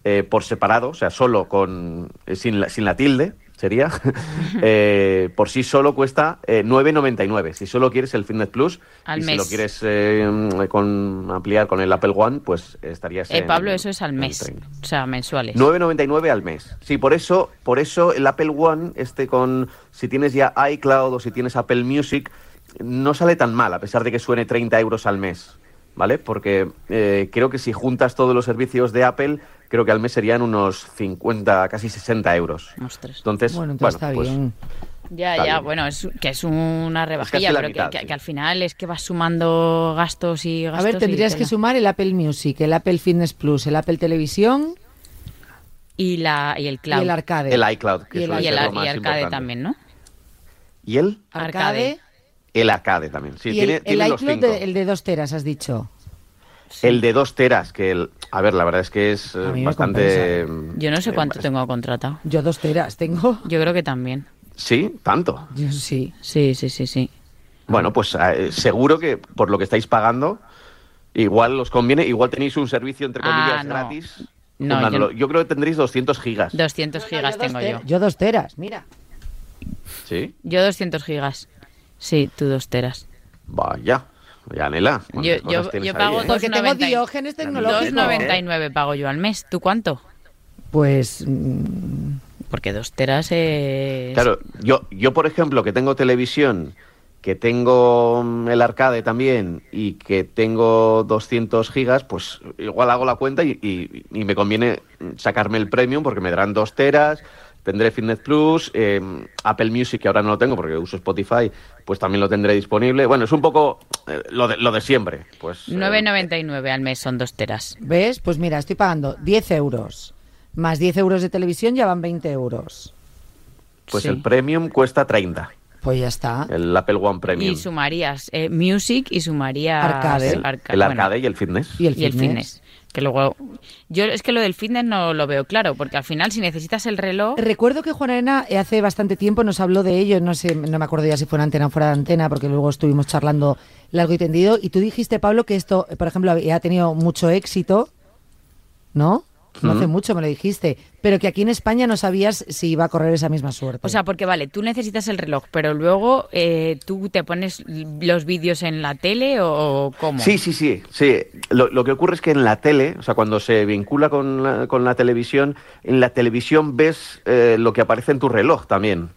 [SPEAKER 7] eh, por separado, o sea, solo con eh, sin la, sin la tilde sería, eh, por sí solo cuesta eh, 9,99. Si solo quieres el Fitness Plus
[SPEAKER 6] Al
[SPEAKER 7] y si
[SPEAKER 6] mes.
[SPEAKER 7] lo quieres eh, con, ampliar con el Apple One, pues estarías
[SPEAKER 6] Eh,
[SPEAKER 7] en-
[SPEAKER 6] Pablo, eso es al
[SPEAKER 7] en
[SPEAKER 6] mes.
[SPEAKER 7] 30.
[SPEAKER 6] O sea, mensuales.
[SPEAKER 7] 9,99 al mes. Sí, por eso, por eso el Apple One, este con, si tienes ya iCloud o si tienes Apple Music, no sale tan mal, a pesar de que suene 30 euros al mes, ¿vale? Porque eh, creo que si juntas todos los servicios de Apple, creo que al mes serían unos 50, casi 60 euros.
[SPEAKER 6] Ostras.
[SPEAKER 7] Entonces,
[SPEAKER 5] Bueno, entonces está
[SPEAKER 7] pues,
[SPEAKER 5] bien.
[SPEAKER 6] Ya,
[SPEAKER 7] Está
[SPEAKER 6] ya,
[SPEAKER 7] bien.
[SPEAKER 6] bueno, es que es una rebajilla,
[SPEAKER 7] la
[SPEAKER 6] pero
[SPEAKER 7] mitad,
[SPEAKER 6] que, que-
[SPEAKER 7] sí.
[SPEAKER 6] que al final es que vas sumando gastos y
[SPEAKER 5] A
[SPEAKER 6] gastos.
[SPEAKER 5] ver,
[SPEAKER 6] y
[SPEAKER 5] tendrías que
[SPEAKER 6] tela.
[SPEAKER 5] sumar el Apple Music, el Apple Fitness Plus, el Apple Televisión
[SPEAKER 6] Y, la, y el cloud.
[SPEAKER 5] y el Arcade.
[SPEAKER 7] El iCloud, que
[SPEAKER 5] Y el
[SPEAKER 7] suele
[SPEAKER 6] Y
[SPEAKER 7] ser
[SPEAKER 6] el,
[SPEAKER 7] lo
[SPEAKER 6] y
[SPEAKER 7] más
[SPEAKER 6] el arcade
[SPEAKER 7] importante.
[SPEAKER 6] también, ¿no?
[SPEAKER 7] ¿Y el?
[SPEAKER 5] Arcade.
[SPEAKER 7] El Arcade también. Sí,
[SPEAKER 5] y
[SPEAKER 7] tiene,
[SPEAKER 5] el,
[SPEAKER 7] tiene
[SPEAKER 5] el
[SPEAKER 7] los
[SPEAKER 5] iCloud,
[SPEAKER 7] cinco.
[SPEAKER 5] de- el de dos teras, has dicho.
[SPEAKER 7] El de dos teras, que el... A ver, la verdad es que es eh,
[SPEAKER 5] A mí me
[SPEAKER 7] bastante...
[SPEAKER 6] Yo no sé
[SPEAKER 7] eh,
[SPEAKER 6] cuánto
[SPEAKER 7] es-
[SPEAKER 6] tengo contratado.
[SPEAKER 5] Yo dos teras tengo.
[SPEAKER 6] Yo creo que también.
[SPEAKER 7] Sí, tanto.
[SPEAKER 5] Yo sí.
[SPEAKER 6] Sí, sí, sí, sí.
[SPEAKER 7] Bueno, pues eh, seguro que por lo que estáis pagando, igual os conviene, igual tenéis un servicio entre
[SPEAKER 6] Ah,
[SPEAKER 7] comillas
[SPEAKER 6] no.
[SPEAKER 7] gratis.
[SPEAKER 6] No,
[SPEAKER 7] Fundándolo.
[SPEAKER 6] yo-
[SPEAKER 7] yo... creo que tendréis 200 gigas.
[SPEAKER 6] 200 gigas tengo yo.
[SPEAKER 5] Yo dos teras, mira.
[SPEAKER 7] Sí,
[SPEAKER 6] Yo 200 gigas. Sí, tú dos teras.
[SPEAKER 7] vaya. Ya, Nela.
[SPEAKER 6] Yo- yo- yo pago
[SPEAKER 7] todo.
[SPEAKER 6] dos-
[SPEAKER 5] Porque tengo
[SPEAKER 6] 2,90.
[SPEAKER 5] diógenes tecnológicos.
[SPEAKER 6] 2,99 pago yo al mes. ¿Tú cuánto?
[SPEAKER 5] Pues mm,
[SPEAKER 6] Porque dos teras es...
[SPEAKER 7] Claro, yo, yo por ejemplo, que tengo televisión, que tengo mm, el arcade también y que tengo 200 gigas, pues igual hago la cuenta y, y- y me conviene mm, sacarme el premium porque me darán dos teras, tendré Fitness Plus, eh, Apple Music, que ahora no lo tengo porque uso Spotify, pues también lo tendré disponible. Bueno, es un poco eh, lo, de, lo de siempre. Pues, eh,
[SPEAKER 6] 9,99 al mes son dos teras.
[SPEAKER 5] ¿Ves? Pues mira, estoy pagando 10 euros. Más 10 euros de televisión ya van 20 euros.
[SPEAKER 7] pues
[SPEAKER 6] Sí.
[SPEAKER 7] el premium cuesta 30,
[SPEAKER 5] Pues ya está.
[SPEAKER 7] el Apple One Premium.
[SPEAKER 6] Y sumarías eh, music y sumarías
[SPEAKER 5] Arcade.
[SPEAKER 7] el,
[SPEAKER 6] arca-
[SPEAKER 7] el
[SPEAKER 6] bueno,
[SPEAKER 7] arcade y el fitness.
[SPEAKER 5] Y el fitness.
[SPEAKER 6] Que luego. Yo es que lo del fitness no lo veo claro, porque al final, si necesitas el reloj.
[SPEAKER 5] Recuerdo que Juan Arena eh, hace bastante tiempo nos habló de ello, no sé, no me acuerdo ya si fue en antena o fuera de antena, porque luego estuvimos charlando largo y tendido, y tú dijiste, Pablo, que esto, eh, por ejemplo, había- ha tenido mucho éxito, ¿no? No hace mucho me lo dijiste, pero que aquí en España no sabías si iba a correr esa misma suerte.
[SPEAKER 6] O sea, porque vale, tú necesitas el reloj, pero luego eh, tú te pones los vídeos en la tele o cómo.
[SPEAKER 7] Sí, sí, sí. sí. Lo, lo que ocurre es que en la tele, o sea, cuando se vincula con la, con la televisión, en la televisión ves eh, lo que aparece en tu reloj también.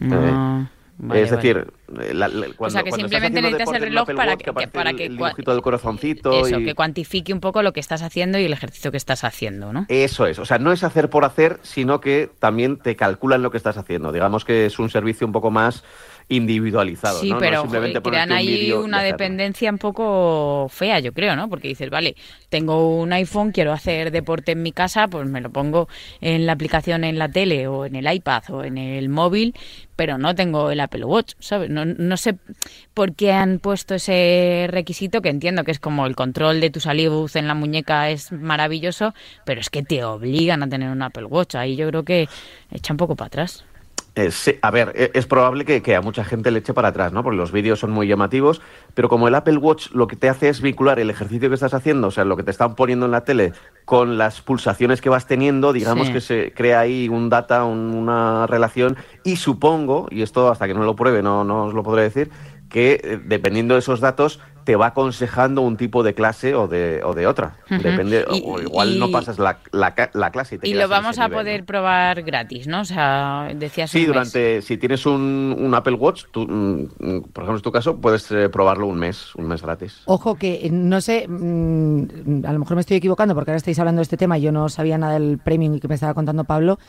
[SPEAKER 7] Eh,
[SPEAKER 6] Ah, vale,
[SPEAKER 7] es decir, eh, la- la- cuando,
[SPEAKER 6] o sea, que
[SPEAKER 7] cuando estás
[SPEAKER 6] simplemente
[SPEAKER 7] haciendo
[SPEAKER 6] necesitas el
[SPEAKER 7] deporte en
[SPEAKER 6] reloj
[SPEAKER 7] Apple
[SPEAKER 6] para
[SPEAKER 7] Watch,
[SPEAKER 6] que,
[SPEAKER 7] aparece
[SPEAKER 6] para
[SPEAKER 7] el-
[SPEAKER 6] que
[SPEAKER 7] el
[SPEAKER 6] cua-
[SPEAKER 7] dibujito del corazoncito
[SPEAKER 6] Eso,
[SPEAKER 7] y-
[SPEAKER 6] que cuantifique un poco lo que estás haciendo y el ejercicio que estás haciendo, ¿no?
[SPEAKER 7] Eso es, o sea, no es hacer por hacer, sino que también te calculan lo que estás haciendo. Digamos que es un servicio un poco más individualizado.
[SPEAKER 6] Sí,
[SPEAKER 7] ¿no? No es
[SPEAKER 6] pero
[SPEAKER 7] simplemente
[SPEAKER 6] joder, crean
[SPEAKER 7] ponerte un
[SPEAKER 6] ahí
[SPEAKER 7] vídeo y
[SPEAKER 6] una
[SPEAKER 7] hacerlo.
[SPEAKER 6] dependencia un poco fea, yo creo, ¿no? Porque dices, vale, tengo un iPhone, quiero hacer deporte en mi casa, pues me lo pongo en la aplicación en la tele o en el iPad o en el móvil, pero no tengo el Apple Watch, ¿sabes? No, no sé por qué han puesto ese requisito, que entiendo que es como el control de tu salud en la muñeca es maravilloso, pero es que te obligan a tener un Apple Watch. Ahí yo creo que echa un poco para atrás.
[SPEAKER 7] Eh, sí, a ver, e- es probable que, que a mucha gente le eche para atrás, ¿no? Porque los vídeos son muy llamativos, pero como el Apple Watch lo que te hace es vincular el ejercicio que estás haciendo, o sea, lo que te están poniendo en la tele, con las pulsaciones que vas teniendo, digamos
[SPEAKER 6] Sí.
[SPEAKER 7] que se crea ahí un data, un- una relación, y supongo, y esto hasta que no lo pruebe no, no os lo podré decir, que eh, dependiendo de esos datos te va aconsejando un tipo de clase o de, o de otra.
[SPEAKER 6] Ujú.
[SPEAKER 7] Depende,
[SPEAKER 6] Y-
[SPEAKER 7] o igual no
[SPEAKER 6] y-
[SPEAKER 7] pasas la, la ca- la clase. te
[SPEAKER 6] Y
[SPEAKER 7] quedas en
[SPEAKER 6] lo
[SPEAKER 7] ese
[SPEAKER 6] vamos a
[SPEAKER 7] nivel, ¿no?
[SPEAKER 6] poder probar gratis, ¿no? O sea, decías un
[SPEAKER 7] Sí,
[SPEAKER 6] mes.
[SPEAKER 7] durante, si tienes un, un Apple Watch, tú, mm, mm, por ejemplo, en tu caso, puedes eh, probarlo un mes, un mes gratis.
[SPEAKER 5] Ojo que eh, no sé, mm, a lo mejor me estoy equivocando porque ahora estáis hablando de este tema y yo no sabía nada del premium que me estaba contando Pablo,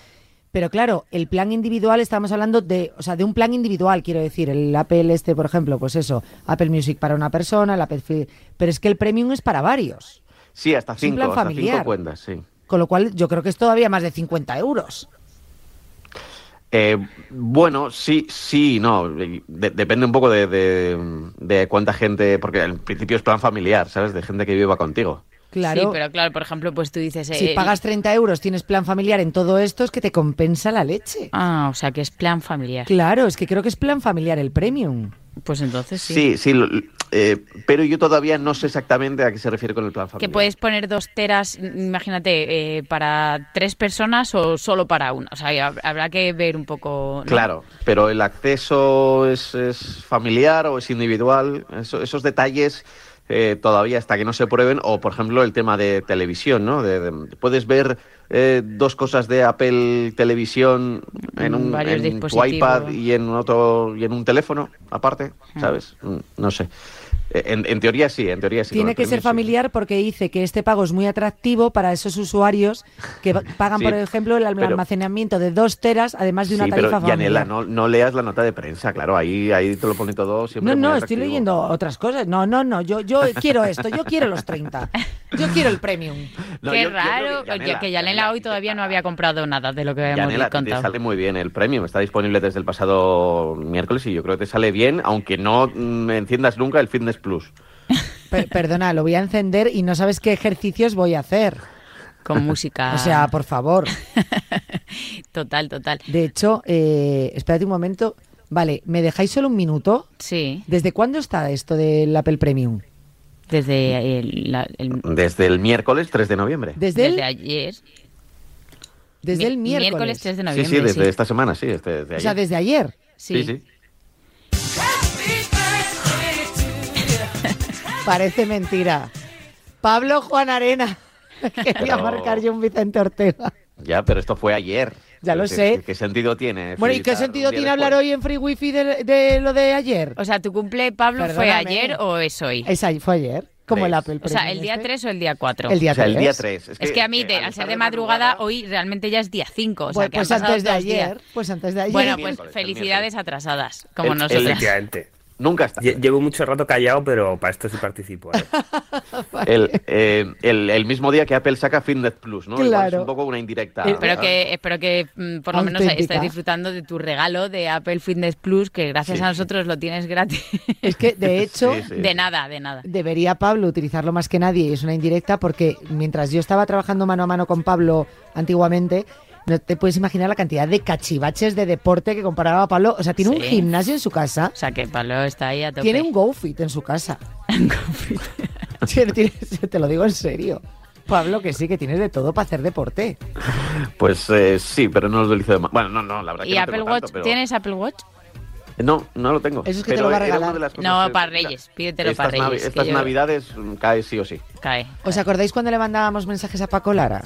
[SPEAKER 5] pero claro, el plan individual estamos hablando de, o sea, de un plan individual, quiero decir, el Apple este, por ejemplo, pues eso, Apple Music para una persona, el Apple Fi- pero es que el premium es para varios,
[SPEAKER 7] Sí, hasta
[SPEAKER 5] Es un
[SPEAKER 7] cinco,
[SPEAKER 5] plan
[SPEAKER 7] hasta
[SPEAKER 5] familiar.
[SPEAKER 7] cinco cuentas, sí.
[SPEAKER 5] con lo cual yo creo que es todavía más de 50 euros.
[SPEAKER 7] Eh, bueno, sí, sí, no. de- depende un poco de, de- de cuánta gente, porque en principio es plan familiar, ¿sabes? De gente que viva contigo.
[SPEAKER 5] Claro.
[SPEAKER 6] Sí, pero claro, por ejemplo, pues tú dices...
[SPEAKER 5] Si
[SPEAKER 6] eh,
[SPEAKER 5] pagas 30 euros, tienes plan familiar en todo esto, es que te compensa la leche.
[SPEAKER 6] Ah, o sea, que es plan familiar.
[SPEAKER 5] Claro, es que creo que es plan familiar el premium.
[SPEAKER 6] Pues entonces sí.
[SPEAKER 7] Sí, sí, lo- eh, pero yo todavía no sé exactamente a qué se refiere con el plan
[SPEAKER 6] Que
[SPEAKER 7] familiar.
[SPEAKER 6] puedes poner dos teras, mm, imagínate, eh, para tres personas o solo para una. O sea, ya hab- habrá que ver un poco... ¿no?
[SPEAKER 7] Claro, pero el acceso es, es familiar o es individual, eso- esos detalles eh, todavía hasta que no se prueben, o por ejemplo el tema de televisión, ¿no? De- de- puedes ver eh, dos cosas de Apple Televisión en,
[SPEAKER 6] En
[SPEAKER 7] un, en
[SPEAKER 6] varios
[SPEAKER 7] tu
[SPEAKER 6] dispositivos.
[SPEAKER 7] iPad y en otro y en un teléfono aparte, ¿sabes? Mm, No sé. Eh, En, en teoría sí, en teoría sí. con
[SPEAKER 5] Tiene
[SPEAKER 7] el
[SPEAKER 5] que
[SPEAKER 7] premio
[SPEAKER 5] ser
[SPEAKER 7] sí.
[SPEAKER 5] familiar porque dice que este pago es muy atractivo para esos usuarios que va- pagan,
[SPEAKER 7] Sí,
[SPEAKER 5] por ejemplo, el
[SPEAKER 7] pero-
[SPEAKER 5] almacenamiento de dos teras, además de una
[SPEAKER 7] sí,
[SPEAKER 5] tarifa
[SPEAKER 7] pero
[SPEAKER 5] familiar.
[SPEAKER 7] Yanela, no, no leas la nota de prensa, claro, ahí, ahí te lo pone todo siempre.
[SPEAKER 5] no,
[SPEAKER 7] muy
[SPEAKER 5] no, estoy
[SPEAKER 7] atractivo.
[SPEAKER 5] leyendo otras cosas. No, no, no, yo, yo quiero esto, yo quiero los 30, yo quiero el premium.
[SPEAKER 7] No,
[SPEAKER 6] Qué
[SPEAKER 7] yo- yo creo
[SPEAKER 6] raro, oye, que Yanela hoy todavía no había comprado nada de lo que habíamos
[SPEAKER 7] Yanela, te
[SPEAKER 6] contado.
[SPEAKER 7] sale muy bien el premio, está disponible desde el pasado miércoles y yo creo que te sale bien, aunque no mm, enciendas nunca el Fitness Plus.
[SPEAKER 5] Per- perdona, lo voy a encender y no sabes qué ejercicios voy a hacer.
[SPEAKER 6] Con música.
[SPEAKER 7] Ah.
[SPEAKER 5] O sea, por favor.
[SPEAKER 6] Total, total.
[SPEAKER 5] De hecho, eh, espérate un momento. Vale, ¿me dejáis solo un minuto?
[SPEAKER 6] Sí,
[SPEAKER 5] ¿Desde cuándo está esto del Apple Premium?
[SPEAKER 6] desde el... la- el-
[SPEAKER 7] Desde el miércoles 3 de noviembre.
[SPEAKER 5] Desde, el,
[SPEAKER 6] desde ayer.
[SPEAKER 5] desde el
[SPEAKER 6] Mi-
[SPEAKER 5] miércoles.
[SPEAKER 6] 3 de
[SPEAKER 7] Sí,
[SPEAKER 6] noviembre.
[SPEAKER 7] sí, desde
[SPEAKER 6] sí.
[SPEAKER 7] esta semana, sí. Desde, desde
[SPEAKER 5] O sea,
[SPEAKER 7] ayer.
[SPEAKER 5] desde ayer.
[SPEAKER 6] Sí.
[SPEAKER 7] sí, sí.
[SPEAKER 5] Parece mentira. Pablo Juan Arena. Quería
[SPEAKER 7] Pero-
[SPEAKER 5] marcar yo un Vicente Ortega.
[SPEAKER 7] Ya, pero esto fue ayer.
[SPEAKER 5] Ya lo
[SPEAKER 7] Es
[SPEAKER 5] sé.
[SPEAKER 7] decir, ¿Qué sentido tiene?
[SPEAKER 5] Bueno, ¿y qué
[SPEAKER 7] felicitar un
[SPEAKER 5] sentido
[SPEAKER 7] día
[SPEAKER 5] tiene
[SPEAKER 7] después?
[SPEAKER 5] hablar hoy en Free Wifi de, de lo de ayer?
[SPEAKER 6] O sea, ¿tu cumple, Pablo, fue
[SPEAKER 5] Perdóname.
[SPEAKER 6] ayer o es hoy?
[SPEAKER 5] Es ahí, fue ayer, como el
[SPEAKER 7] Tres.
[SPEAKER 5] Apple
[SPEAKER 6] o sea,
[SPEAKER 5] Premium
[SPEAKER 6] ¿el día
[SPEAKER 5] este.
[SPEAKER 6] 3 o el día 4?
[SPEAKER 5] El día
[SPEAKER 7] O sea,
[SPEAKER 5] 3.
[SPEAKER 7] el día 3.
[SPEAKER 6] Es que a mí, de- al ser de madrugada, hoy realmente ya es día 5. O sea,
[SPEAKER 5] Pues,
[SPEAKER 6] que han
[SPEAKER 5] pues
[SPEAKER 6] pasado
[SPEAKER 5] antes de
[SPEAKER 6] dos
[SPEAKER 5] ayer.
[SPEAKER 6] días.
[SPEAKER 5] Pues antes de ayer.
[SPEAKER 6] Bueno,
[SPEAKER 7] El
[SPEAKER 6] pues
[SPEAKER 7] miércoles, el
[SPEAKER 6] felicidades atrasadas, como
[SPEAKER 7] El-
[SPEAKER 6] nosotros.
[SPEAKER 7] el-
[SPEAKER 8] Efectivamente.
[SPEAKER 7] Nunca está.
[SPEAKER 8] Lle- Llevo mucho rato callado, pero para esto sí participo. ¿eh?
[SPEAKER 7] El, eh, el, el mismo día que Apple saca Fitness Plus, ¿no? Igual
[SPEAKER 5] Claro. Eh,
[SPEAKER 7] es un poco una indirecta.
[SPEAKER 6] Espero
[SPEAKER 7] ¿verdad?
[SPEAKER 6] que, espero que mm, por lo menos
[SPEAKER 5] Auténtica.
[SPEAKER 6] estés disfrutando de tu regalo de Apple Fitness Plus, que gracias
[SPEAKER 7] Sí.
[SPEAKER 6] a nosotros lo tienes gratis.
[SPEAKER 5] Es que, de hecho,
[SPEAKER 7] Sí, sí.
[SPEAKER 6] De nada, de nada.
[SPEAKER 5] debería Pablo utilizarlo más que nadie y es una indirecta porque mientras yo estaba trabajando mano a mano con Pablo antiguamente, no te puedes imaginar la cantidad de cachivaches de deporte que comparaba Pablo. O sea, tiene un
[SPEAKER 6] Sí.
[SPEAKER 5] gimnasio en su casa,
[SPEAKER 6] O sea que Pablo está ahí a tope.
[SPEAKER 5] tiene un GoFit en su casa. Tiene- tiene- te lo digo en serio. Pablo, que sí, que tienes de todo para hacer deporte.
[SPEAKER 7] Pues eh, sí, pero no lo utilizo de ma- Bueno, no, no, la verdad
[SPEAKER 6] ¿Y
[SPEAKER 7] que no
[SPEAKER 6] Apple
[SPEAKER 7] tengo
[SPEAKER 6] Watch?
[SPEAKER 7] tanto, pero- eh,
[SPEAKER 6] ¿Tienes Apple Watch?
[SPEAKER 7] No, no lo tengo.
[SPEAKER 5] Eso es que te lo va a
[SPEAKER 7] era
[SPEAKER 5] regalar.
[SPEAKER 7] una de las cosas
[SPEAKER 6] No,
[SPEAKER 7] que-
[SPEAKER 6] para Reyes, pídetelo
[SPEAKER 7] estas
[SPEAKER 6] para
[SPEAKER 7] navi-
[SPEAKER 6] Reyes, que
[SPEAKER 7] estas
[SPEAKER 6] yo-
[SPEAKER 7] navidades mm, cae sí o sí.
[SPEAKER 6] Cae.
[SPEAKER 5] ¿Os acordáis cuando le mandábamos mensajes a Paco Lara?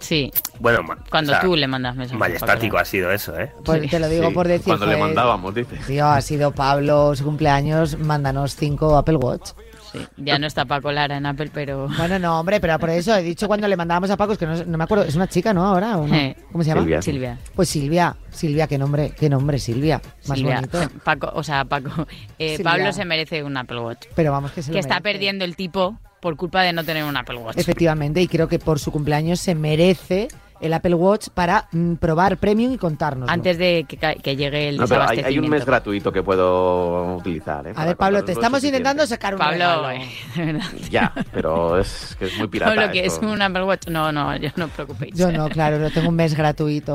[SPEAKER 6] Sí,
[SPEAKER 8] Bueno, ma-
[SPEAKER 6] cuando
[SPEAKER 8] o sea,
[SPEAKER 6] tú le mandas mensajes.
[SPEAKER 8] Majestático ha sido eso, ¿eh?
[SPEAKER 5] Pues
[SPEAKER 6] Sí.
[SPEAKER 5] te lo digo
[SPEAKER 7] Sí,
[SPEAKER 5] por ¿eh? decir.
[SPEAKER 7] Cuando le
[SPEAKER 5] joder,
[SPEAKER 7] mandábamos, dice.
[SPEAKER 5] Tío, ha sido Pablo, su cumpleaños, mándanos cinco Apple Watch.
[SPEAKER 6] Sí, ya no está Paco Lara en Apple, pero...
[SPEAKER 5] Bueno, no, hombre, pero por eso he dicho cuando le mandábamos a Paco, es que no, no me acuerdo, es una chica, ¿no? Ahora, ¿o no?
[SPEAKER 6] Sí.
[SPEAKER 5] ¿cómo se llama?
[SPEAKER 7] Silvia.
[SPEAKER 6] Silvia.
[SPEAKER 5] Pues Silvia, Silvia, qué nombre, qué nombre, Silvia, más
[SPEAKER 6] Silvia,
[SPEAKER 5] bonito.
[SPEAKER 6] Paco, o sea, Paco, eh,
[SPEAKER 5] Silvia.
[SPEAKER 6] Pablo se merece un Apple Watch.
[SPEAKER 5] Pero vamos que se lo
[SPEAKER 6] que está
[SPEAKER 5] merece.
[SPEAKER 6] perdiendo el tipo por culpa de no tener un Apple Watch.
[SPEAKER 5] Efectivamente, y creo que por su cumpleaños se merece el Apple Watch para mm, probar premium y contarnos.
[SPEAKER 6] Antes de que, ca- que llegue el
[SPEAKER 7] No, pero hay, hay un mes
[SPEAKER 6] desabastecimiento.
[SPEAKER 7] gratuito que puedo utilizar. ¿eh?
[SPEAKER 5] A
[SPEAKER 7] para
[SPEAKER 5] ver, Pablo,
[SPEAKER 7] comprarlo,
[SPEAKER 5] te
[SPEAKER 7] es
[SPEAKER 5] estamos
[SPEAKER 7] suficiente.
[SPEAKER 5] intentando sacar un
[SPEAKER 6] Pablo, eh.
[SPEAKER 5] regalo.
[SPEAKER 6] de verdad.
[SPEAKER 7] Ya, pero es que es muy pirata.
[SPEAKER 6] Pablo, que es
[SPEAKER 7] esto.
[SPEAKER 6] un Apple Watch. No, no, yo no os preocupéis.
[SPEAKER 5] Yo no, claro, no tengo un mes gratuito.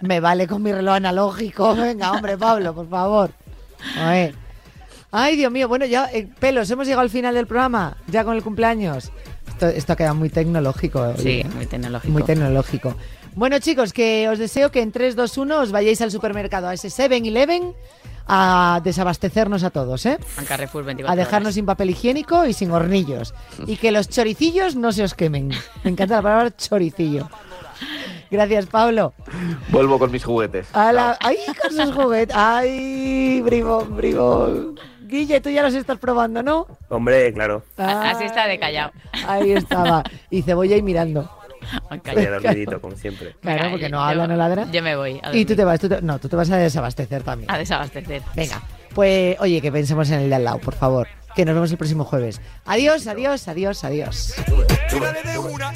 [SPEAKER 5] Me vale con mi reloj analógico. Venga, hombre, Pablo, por favor. A ver. Ay, Dios mío, bueno, ya, eh, pelos, hemos llegado al final del programa, ya con el cumpleaños. Esto, esto ha quedado muy tecnológico. oye,
[SPEAKER 6] Sí,
[SPEAKER 5] ¿eh?
[SPEAKER 6] muy tecnológico.
[SPEAKER 5] Muy tecnológico. Bueno, chicos, que os deseo que en 3, 2, 1 os vayáis al supermercado, a ese 7-Eleven, a desabastecernos a todos, ¿eh?
[SPEAKER 6] A Carrefour 24
[SPEAKER 5] A dejarnos
[SPEAKER 6] horas.
[SPEAKER 5] sin papel higiénico y sin hornillos. Y que los choricillos no se os quemen. Me encanta la palabra choricillo. Gracias, Pablo.
[SPEAKER 7] Vuelvo con mis juguetes.
[SPEAKER 5] A la- ¡Ay, con sus juguetes! ¡Ay, bribón, bribón! Guille, tú ya los estás probando, ¿no?
[SPEAKER 8] Hombre, claro.
[SPEAKER 6] A- así está de callado.
[SPEAKER 5] Ahí estaba. Y cebolla y mirando.
[SPEAKER 6] Ay, calla.
[SPEAKER 8] Calla dormidito, como siempre.
[SPEAKER 5] Claro,
[SPEAKER 6] Venga,
[SPEAKER 5] porque
[SPEAKER 6] yo-
[SPEAKER 5] no
[SPEAKER 6] yo-
[SPEAKER 5] habla, no ladra.
[SPEAKER 6] Yo me voy. a
[SPEAKER 5] Y tú
[SPEAKER 6] dormir.
[SPEAKER 5] te vas, tú te- no, tú te vas a desabastecer también.
[SPEAKER 6] A desabastecer.
[SPEAKER 5] Venga, pues oye, que pensemos en el de al lado, por favor. Que nos vemos el próximo jueves. Adiós, adiós, adiós, adiós.
[SPEAKER 2] Tírale de una.